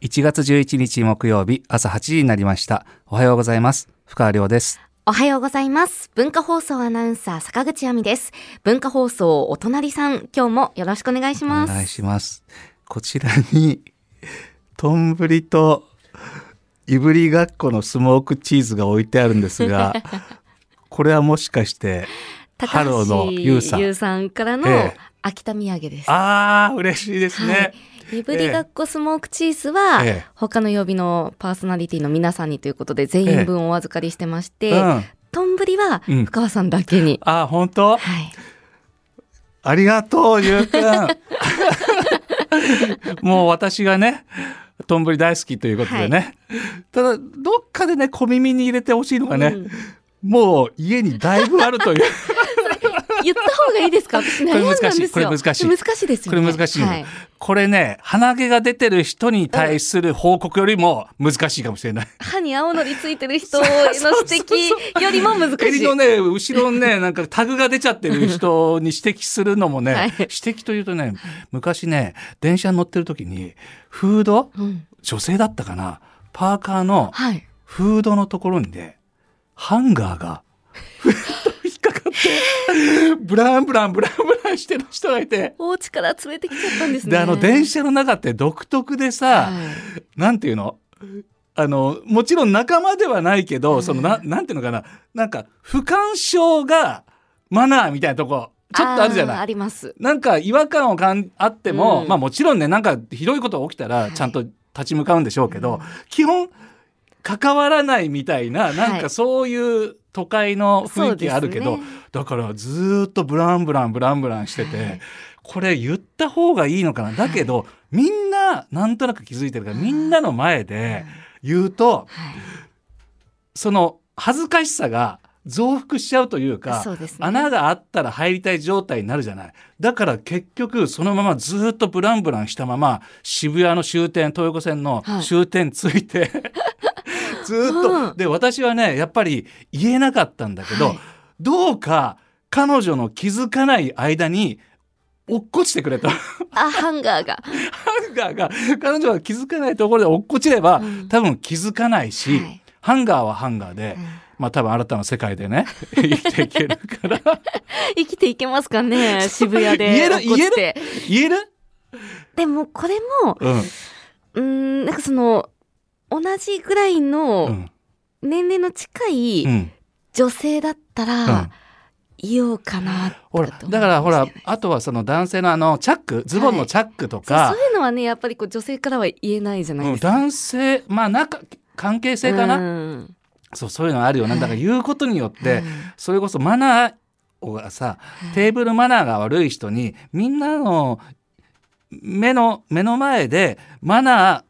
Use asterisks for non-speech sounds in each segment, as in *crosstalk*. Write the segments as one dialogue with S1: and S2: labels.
S1: 1月11日木曜日朝8時になりました。おはようございます。深川亮です。
S2: おはようございます。文化放送アナウンサー坂口亜美です。文化放送お隣さん、今日もよろしくお願いし
S1: お
S2: ます。
S1: 願いします。こちらに、とんぶりと、いぶりがっこのスモークチーズが置いてあるんです
S2: *laughs*
S1: が、これはもしかして、ハ
S2: 高
S1: ロー
S2: 橋
S1: のゆうさん
S2: 優さんから
S1: え
S2: の
S1: え
S2: 秋田土産です。
S1: あー、嬉しいですね。
S2: はい。いぶりがっこスモークチーズは、
S1: ええ
S2: 他の曜日のパーソナリティの皆さんにということで全員分お預かりしてまして、
S1: うん。
S2: とんぶりは
S1: うん
S2: 深川さんだけに。
S1: あー、本当
S2: はい。
S1: ありがとう、ゆうくん。
S2: *laughs*
S1: もう私がね、とんぶり大好きということでね。ただ、どっかでね、小耳に入れてほしいのがね、
S2: うん
S1: もう家にだいぶあるという。
S2: 言った方がいいですか私悩んだんですよ。
S1: これ難しいこれ難しい
S2: 難しいです
S1: *laughs* こ
S2: よ
S1: れ
S2: ね。
S1: 難しいの、
S2: はい。
S1: これね、鼻毛が出てる人に対する報告よりも難しいかもしれない。
S2: 歯に青のりついてる人の指摘よりも難し
S1: *laughs* 襟
S2: い。
S1: のね、後ろにね、なんかタグが出ちゃってる人に指摘するのもね、
S2: はい
S1: 指摘というとね、昔ね、電車に乗ってる時に、フード、
S2: うん、
S1: 女性だったかな、パーカーの、
S2: はい。
S1: フードのところにね、ハンガーが、 *laughs* フードに引っかかって、ブランブランブランブランしてる人がいて、
S2: お家から連れてきちゃったんですね。
S1: で、あの、電
S2: 車
S1: 車の中って独特でさ、なんていうのあの、もちろん仲間ではないけど、その、ななんていうのかな、なんか、不干渉がマナーみたいなとこ、ちょっとあるじゃ
S2: あー
S1: な
S2: あ
S1: い
S2: ります。
S1: なんか違和感をかんあっても、
S2: うん
S1: まあもちろんね、なんかひどいことが起きた
S2: は
S1: ら、
S2: い
S1: ちゃんと立ち向かうんでしょうけど、
S2: うん
S1: 基本関わらないみたいな、
S2: い
S1: なんかそういう都会の雰囲気があるけ
S2: そ
S1: ど、
S2: うですね
S1: だからずーっとブランブランブランブランしてて、
S2: はい
S1: これ言った方がいいのかなだけど、みんななんとなく気づいてるからみんなの前で言うと
S2: はい。
S1: その恥ずかしさが増幅しちゃうというか
S2: そうですね。
S1: 穴があったら入りたい状態になるじゃない。だから結局そのままずーっとブランブランしたまま渋谷の終点東横線の
S2: はい
S1: 終点つい
S2: *laughs*
S1: て、ずーっと、
S2: うん
S1: で私はねやっぱり言えなかったんだけど、
S2: はい
S1: どうか彼女の気づかない間に落っこちてくれたハ
S2: あ、ハンガーが。
S1: ンガーが彼女が気づかないところで落っこちれば、
S2: うん
S1: 多分気づかないし、
S2: はい
S1: ハンガーはハンガーで、
S2: うん
S1: まあ多分新たな世界で
S2: *laughs*
S1: ね生きていけるから。
S2: 生きていけますかね渋谷で。
S1: 言える
S2: 落っこちて
S1: 言える、
S2: でもこれも、
S1: うん
S2: うーん、なんかその、同じぐらいうの
S1: ん
S2: 年齢の近い
S1: うん
S2: 女性だった
S1: うん
S2: ら、言おうかなと
S1: ほ
S2: かと思う
S1: ら
S2: んですよね、
S1: だからほらあとはその男性のあのチャックズボンのチャックと
S2: そう
S1: か、
S2: そういうのはねやっぱりこう女性からは言えないじゃない
S1: うん
S2: ですか。
S1: 男性まあなんか関係性かな、
S2: うん
S1: そうそういうのあるよねだから言うことによって、
S2: うん
S1: それこそマナーをさテーブルマナーが悪い人にみんなの目の目の前でマナー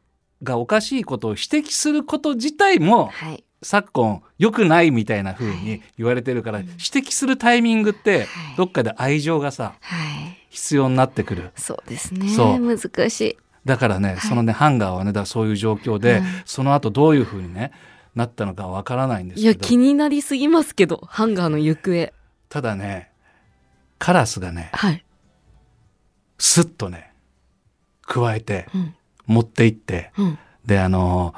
S1: がおかしいことを指摘すること自体も
S2: はい
S1: 昨今良くないみたいな風
S2: は
S1: に
S2: い
S1: 言われてるから、
S2: うん
S1: 指摘するタイミングって
S2: はい
S1: どっかで愛情がさ
S2: はい
S1: 必要になってくる
S2: そうですね
S1: そう
S2: 難しい。
S1: だからね、
S2: い
S1: そのねハンガーはねだからそういう状況で、
S2: うん
S1: その後どういう風にねなったのかわからないんです
S2: いや
S1: けど
S2: 気になりすぎますけどハンガーの行方
S1: ただねカラスがね
S2: はい、
S1: スッとね加えて
S2: うん
S1: 持って行って
S2: うん、
S1: であの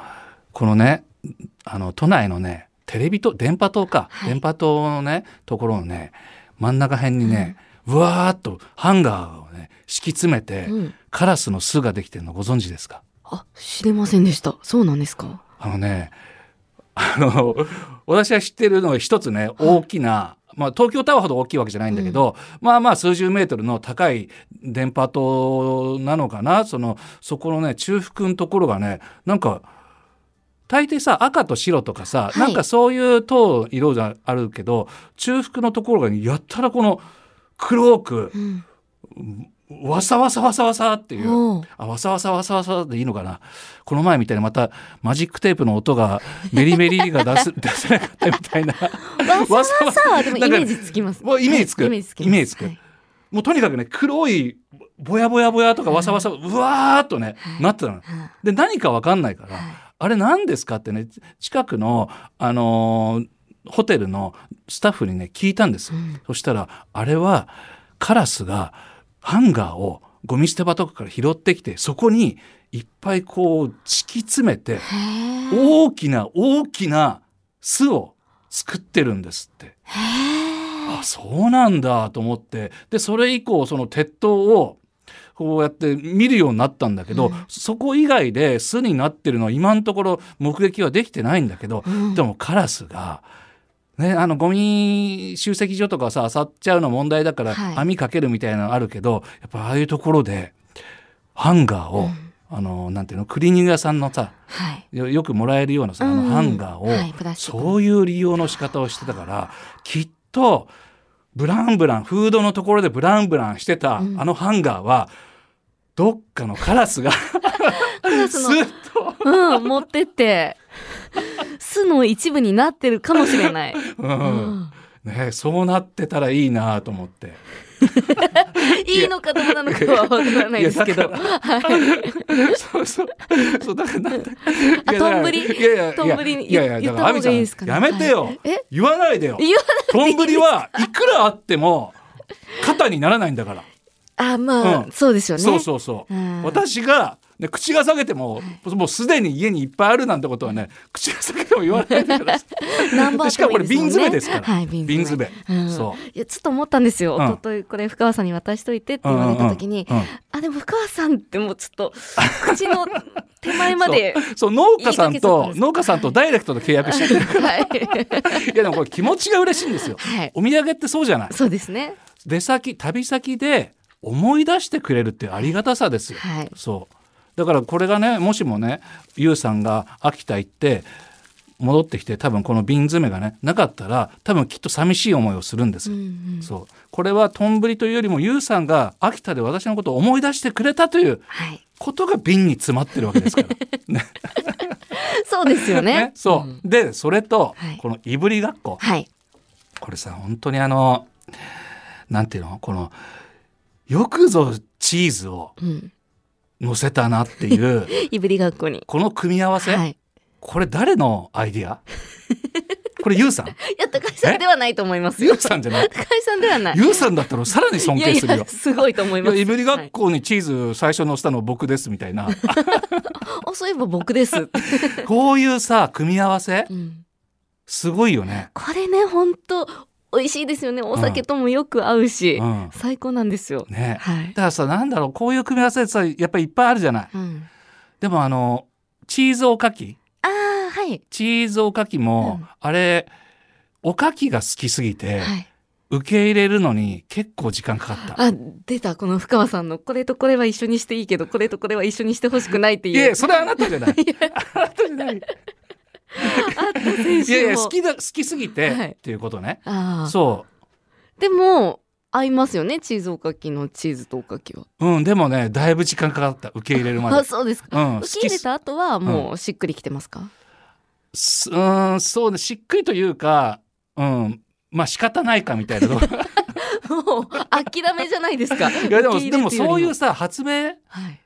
S1: このねあの都内のねテレビ塔電波塔か、
S2: はい
S1: 電波塔のねところのね真ん中辺にね、うわーっとハンガーをね敷き詰めて、
S2: うん
S1: カラスの巣ができてるのご存知ですか
S2: あ知りませんでしたそうなんですか
S1: あのね、あの、私は知ってるのが一つね、大きな、まあ東京タワーほど大きいわけじゃないんだけど、まあまあ数十メートルの高い電波塔なのかな、その、そこのね、中腹のところがね、なんか、大抵さ、赤と白とかさ、
S2: はい
S1: なんかそういう塔色があるけど、中腹のところがやったらこの黒く
S2: う、ん
S1: わさわさわさわさっていう。
S2: おう
S1: あ、わさわさわさわさでいいのかな。この前みたいにまたマジックテープの音がメリメリが出
S2: *laughs*
S1: す出せなかったみたいな。
S2: わさわ
S1: さわ
S2: さはでも
S1: な
S2: イ
S1: んか
S2: メージつきます
S1: もうイメージつく
S2: はいイメージつきます
S1: イメージつく
S2: はい
S1: もうとにかくね、黒いぼやぼやぼやとかわさわさ、うわーっとね、
S2: はい
S1: なってたの。
S2: は
S1: で、何かわかんないか
S2: い
S1: ら、あれ何ですかってね、近くの、あのーホテルのスタッフにね、聞いたんですよ。
S2: うん
S1: そしたら、あれはカラスがハンガーをゴミ捨て場とかから拾ってきて、そこにいっぱいこう敷き詰めて
S2: へえ。
S1: 大きな大きな巣を作ってるんですって。
S2: へえ。
S1: あそうなんだと思ってでそれ以降その鉄塔をこうやって見るようになったんだけど、
S2: うん
S1: そこ以外で巣になってるのは今のところ目撃はできてないんだけど、
S2: うん
S1: でもカラスが。ね、あのゴミ集積所とかさ漁っちゃうの問題だから
S2: はい
S1: 網かけるみたいなのあるけど、やっぱああいうところでハンガーを、
S2: うん
S1: あのなんていうのクリーニング屋さんのさ
S2: はい。
S1: よよくもらえるようなさ、あ
S2: う
S1: の
S2: ん
S1: ハンガーを、
S2: はいプラスチックの
S1: そういう利用の仕方をしてたからきっとブランブランフードのところでブランブランしてた、
S2: うん
S1: あのハンガーはどっかのカラスが
S2: カラ
S1: ス
S2: スの
S1: ッと、
S2: うん、持ってって。巣の一部になってるかもしれない。
S1: *laughs* うん
S2: うん
S1: ね、そうなってたらいいなと思って。
S2: いいのかどうなのかはわからないですけど。
S1: いや
S2: *laughs* はい。
S1: そうそう。そう、だから、なんだ。
S2: *laughs* あ
S1: いやだから
S2: とんぶり
S1: いやいや、
S2: とんぶりに
S1: いやいや、だ
S2: 言っ
S1: から、
S2: た
S1: ア
S2: 方
S1: ミ
S2: が
S1: さ
S2: い
S1: ん、
S2: いですかね
S1: やめてよ。
S2: はいえ
S1: 言わないでよ。
S2: 言わ
S1: とんぶりはいくらあっても、肩にならないんだから。
S2: あ、まあ、
S1: うん
S2: そうですよね。
S1: そうそうそう。
S2: うん
S1: 私が、ね、口が裂けても、もうすでに家にいっぱいあるなんてことはね、口が裂けても言わないでください。
S2: ナンバー
S1: しかもこれ
S2: テレビ
S1: 瓶詰め
S2: もん
S1: で
S2: ね
S1: すから
S2: はい、瓶
S1: 瓶
S2: 詰め。
S1: 詰
S2: う
S1: め。
S2: ん
S1: そ
S2: いやちょっと思ったんですよ、
S1: うん
S2: おとといこれ深川さんに渡しといてっ
S1: う。
S2: て *laughs* 言われた時に、
S1: うんうんうん
S2: あでも深川さんってもうちょっと口の手前まで
S1: そうそう農家さん
S2: 言いかけちゃったんで
S1: と
S2: す
S1: 農家さんとダイレクトで契約してる
S2: *laughs* はい、
S1: いやでもこれ気持ちが嬉しいんですよ、
S2: はい
S1: お土産ってそうじゃない
S2: そうですね
S1: 出先旅先で思い出してくれるっていうありがたさですよ、
S2: はい
S1: そうだからこれがねもしもねゆうさんが秋田行って戻ってきて多分この瓶詰めがねなかったら多分きっと寂しい思いをするんです
S2: うん
S1: よ、
S2: うん
S1: そうこれはとんぶりというよりもゆうさんが秋田で私のことを思い出してくれたという
S2: はい
S1: ことが瓶に詰まってるわけ
S2: *laughs*
S1: ですから
S2: そうですよね
S1: ねそう、
S2: ん
S1: でそれと、
S2: はい
S1: このいぶりがっこ、
S2: はい
S1: これさ本当にあのなんていうのこのよくぞチーズを
S2: うん
S1: 乗せたなっていう
S2: *laughs* いぶりがっこに
S1: この組み合わせ、
S2: はい
S1: これ誰のアイディアこ *laughs* れユウさん
S2: いや高橋さんではないと思います
S1: ユ
S2: よ
S1: ウさんじゃない
S2: 高橋さんではない
S1: *laughs* ユウさんだったらさらに尊
S2: いや
S1: 敬す
S2: い
S1: るよ。い
S2: やすごいと思います
S1: やいぶり
S2: は
S1: 学
S2: い
S1: 校にチーズ最初乗せたの僕ですみた *laughs* いな
S2: あそういえば僕です、
S1: *laughs* こういうさ組み合わせ
S2: うん
S1: すごいよね。
S2: これね本当美味しいですよねお酒ともよく合うし、
S1: うん、
S2: 最高なんですよ、
S1: ね
S2: はい
S1: だからさなんだろうこういう組み合わせさやっぱりいっぱいあるじゃない。
S2: うん、
S1: でもあのチーズおかき
S2: ああはい、
S1: チーズおかきも、
S2: うん
S1: あれおかきが好きすぎて、
S2: はい、
S1: 受け入れるのに結構時間かかった。
S2: あ出たこの深川さんのこれとこれは一緒にしていいけどこれとこれは一緒にしてほしくないって
S1: い
S2: いう
S1: やいやそ *laughs* れはあなたじゃ
S2: *laughs*
S1: ない。あなたじゃない。い
S2: あった選
S1: やい
S2: 手
S1: や
S2: も
S1: 好きだ好きすぎて、
S2: はい
S1: っていうことね。
S2: ああ
S1: そ
S2: でも合いますよねチーズおかきのチーズとおかきは、
S1: う。うんでもねだいぶ時間かかった受け入れるま
S2: あ
S1: で。
S2: そうですか、
S1: うん好
S2: 受
S1: き
S2: け入れた後はもうしっくりきてますか、
S1: すうーんそうねしっくりというかうんまあ仕方ないかみ
S2: *laughs*
S1: たいなとこ。
S2: *laughs* もう諦めじゃないですか
S1: *laughs* いやでも
S2: 受け入れって
S1: でもそうい
S2: よ
S1: うさ発明
S2: りもはい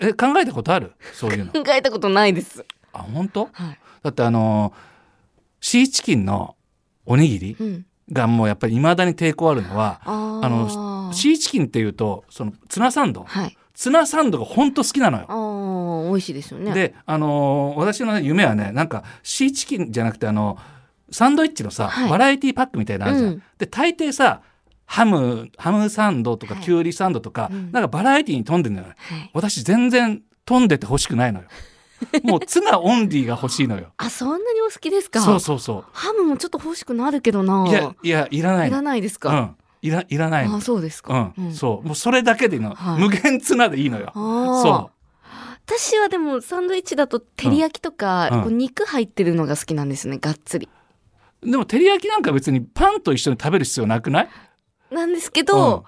S1: え考えたことあるそう
S2: *laughs*
S1: いうの。
S2: 考えたことないです
S1: あ本当？
S2: はい、
S1: だってあのシーチキンのおにぎり
S2: うん、
S1: がもうやっぱり未だに抵抗あるのは
S2: あ
S1: あ
S2: の
S1: シーチキンっていうとそのツナサンド
S2: はい
S1: ツナサンドが本当好きなのよ。
S2: あー美味しいですよね
S1: で、あのー私の、ね、夢はねなんかシーチキンじゃなくてあのサンドイッチのさ、
S2: はい
S1: バラエティパックみたいなのあるじゃん。
S2: うん
S1: で大抵さハムハムサンドとか
S2: はい
S1: キュウリサンドとか、
S2: うん
S1: なんかバラエティに富んでるのよ。
S2: はい、
S1: 私全然富んでて欲しく
S2: *laughs*
S1: ないのよ。もうツナオンリーが欲しいのよ。
S2: あそんなにお好きですか
S1: そうそうそ
S2: ハムもちょっと欲しくなるけどな
S1: う。いやいやいらない
S2: い
S1: の。
S2: らないです
S1: う
S2: か、
S1: んいらいらないの。
S2: あそうですか、
S1: うん、そうもうそれだけでいいの、
S2: はい
S1: 無限ツナでいいのよ
S2: あ
S1: そ
S2: そう私はでもサンドイッチだと照り焼きとか、
S1: うんうん
S2: こう肉入ってるのが好きなんですねがっつり
S1: うでも照り焼きなんか別にパンと一緒に食べる必要なくない
S2: なんですけど、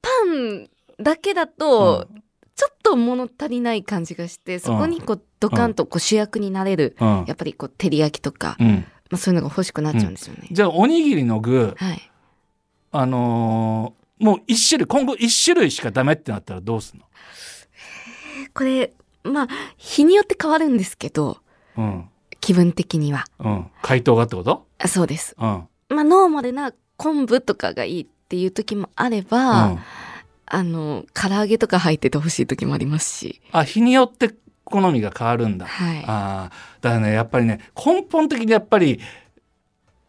S2: パンだけだと、ちょっと物足りない感じがしてそこにこうドカンとこう主役になれる、
S1: うん、
S2: やっぱりこう照り焼きとか、
S1: うん、
S2: まあ、そういうのが欲しくなっちゃうんですよね、
S1: じゃあおにぎりの具
S2: はい
S1: あのーもう一種類今後一種類しかダメってなったらどうすん
S2: これまあ日によって変わるんですけど
S1: の
S2: 気分的には
S1: うんうん回答がってこと
S2: あそうです
S1: うんうん
S2: まあ、ノーマルな昆布とかがいいっていう時もあれば、
S1: あ
S2: あの唐揚げとか入っててほしい時もありますし
S1: 日によって好みが変わるんだ。
S2: はい
S1: あーだからねやっぱりね根本的にやっぱり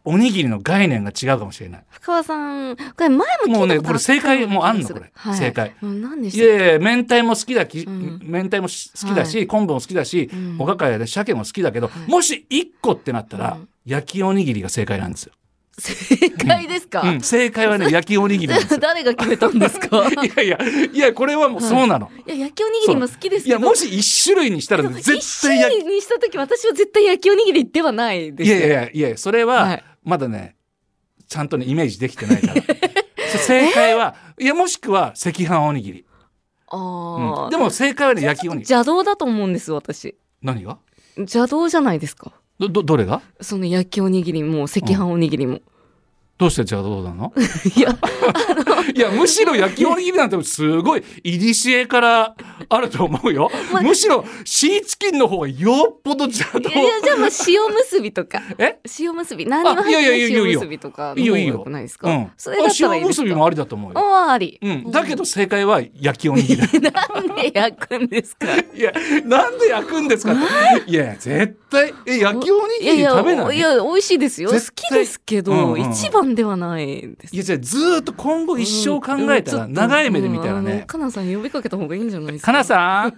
S1: おにぎりの概念が違うかもしれない。
S2: 深川さんこれ前も聞いたこと
S1: もうね
S2: ある
S1: これ正解もうあんの
S2: 気がする
S1: これ
S2: はい、
S1: 正解
S2: もう何でし
S1: い
S2: たっけ
S1: やいや明太も好きだき、
S2: うん
S1: 明太もし好きだし、昆布も好きだし、
S2: うん
S1: おかかやで鮭も好きだけど、
S2: はい
S1: もし1個ってなったら、
S2: うん
S1: 焼きおにぎりが正解なんですよ。
S2: 正解ですか、
S1: うん、正解
S2: *laughs*
S1: はね焼きおにぎりなんですよ。
S2: 誰が決めたんですかい
S1: *laughs* いやいやいやこれはもうそうなの。
S2: や焼きおにぎりも好きで
S1: い
S2: すけ
S1: や
S2: ど
S1: もし1種類にしたら
S2: でも
S1: 絶対焼き
S2: 一緒にした時私は絶対焼きおにぎりではないで
S1: い
S2: すよ
S1: やいやいやいやそれ
S2: は
S1: はいまだねちゃんとねイメージできてないから
S2: *laughs*
S1: そう正解はいやもしくは赤飯おにぎり、
S2: あ
S1: うん
S2: あ、
S1: でも正解はね焼きおにぎり
S2: 邪道だと思うんです私
S1: 何が
S2: 邪道じゃないですか
S1: どどどれが
S2: その焼きおにぎりも赤飯おにぎりも、
S1: どうしてじゃあどうなの
S2: いや
S1: いやむしろ焼きおにぎりなんてすごい古からあると思うよ、
S2: *laughs* まあ
S1: むしろシーチキンの方がよっぽど邪道
S2: いやいやじゃあまあ塩結びとか
S1: え
S2: 塩結び何にも入
S1: あい
S2: っ
S1: やい
S2: て
S1: や
S2: な
S1: いやいや
S2: いい塩結びとかの
S1: いいよ
S2: 方が
S1: いいよ
S2: 良くないです
S1: う
S2: か
S1: ん
S2: それだったら
S1: 塩
S2: いいで
S1: 結
S2: す
S1: び
S2: か
S1: もありだと思うよ、
S2: ああり、
S1: うん、だけど正解は焼きおにぎり
S2: *laughs* なんで焼くんですか
S1: いや、なんで焼くんですかって。いや、絶対、え、焼きおに
S2: い
S1: ぎ
S2: やい
S1: り
S2: や
S1: 食べない。
S2: いや美味しいですよ好
S1: 絶
S2: き
S1: 対
S2: ですけど、
S1: うんうんうん
S2: 一番ではないです
S1: いやじゃあずーっと今後一生考えたら長い目で見たら
S2: うんうんちょっとうんあの
S1: ね
S2: かなさん呼びかけた方がいいんじゃない
S1: 「
S2: ですか
S1: かなさん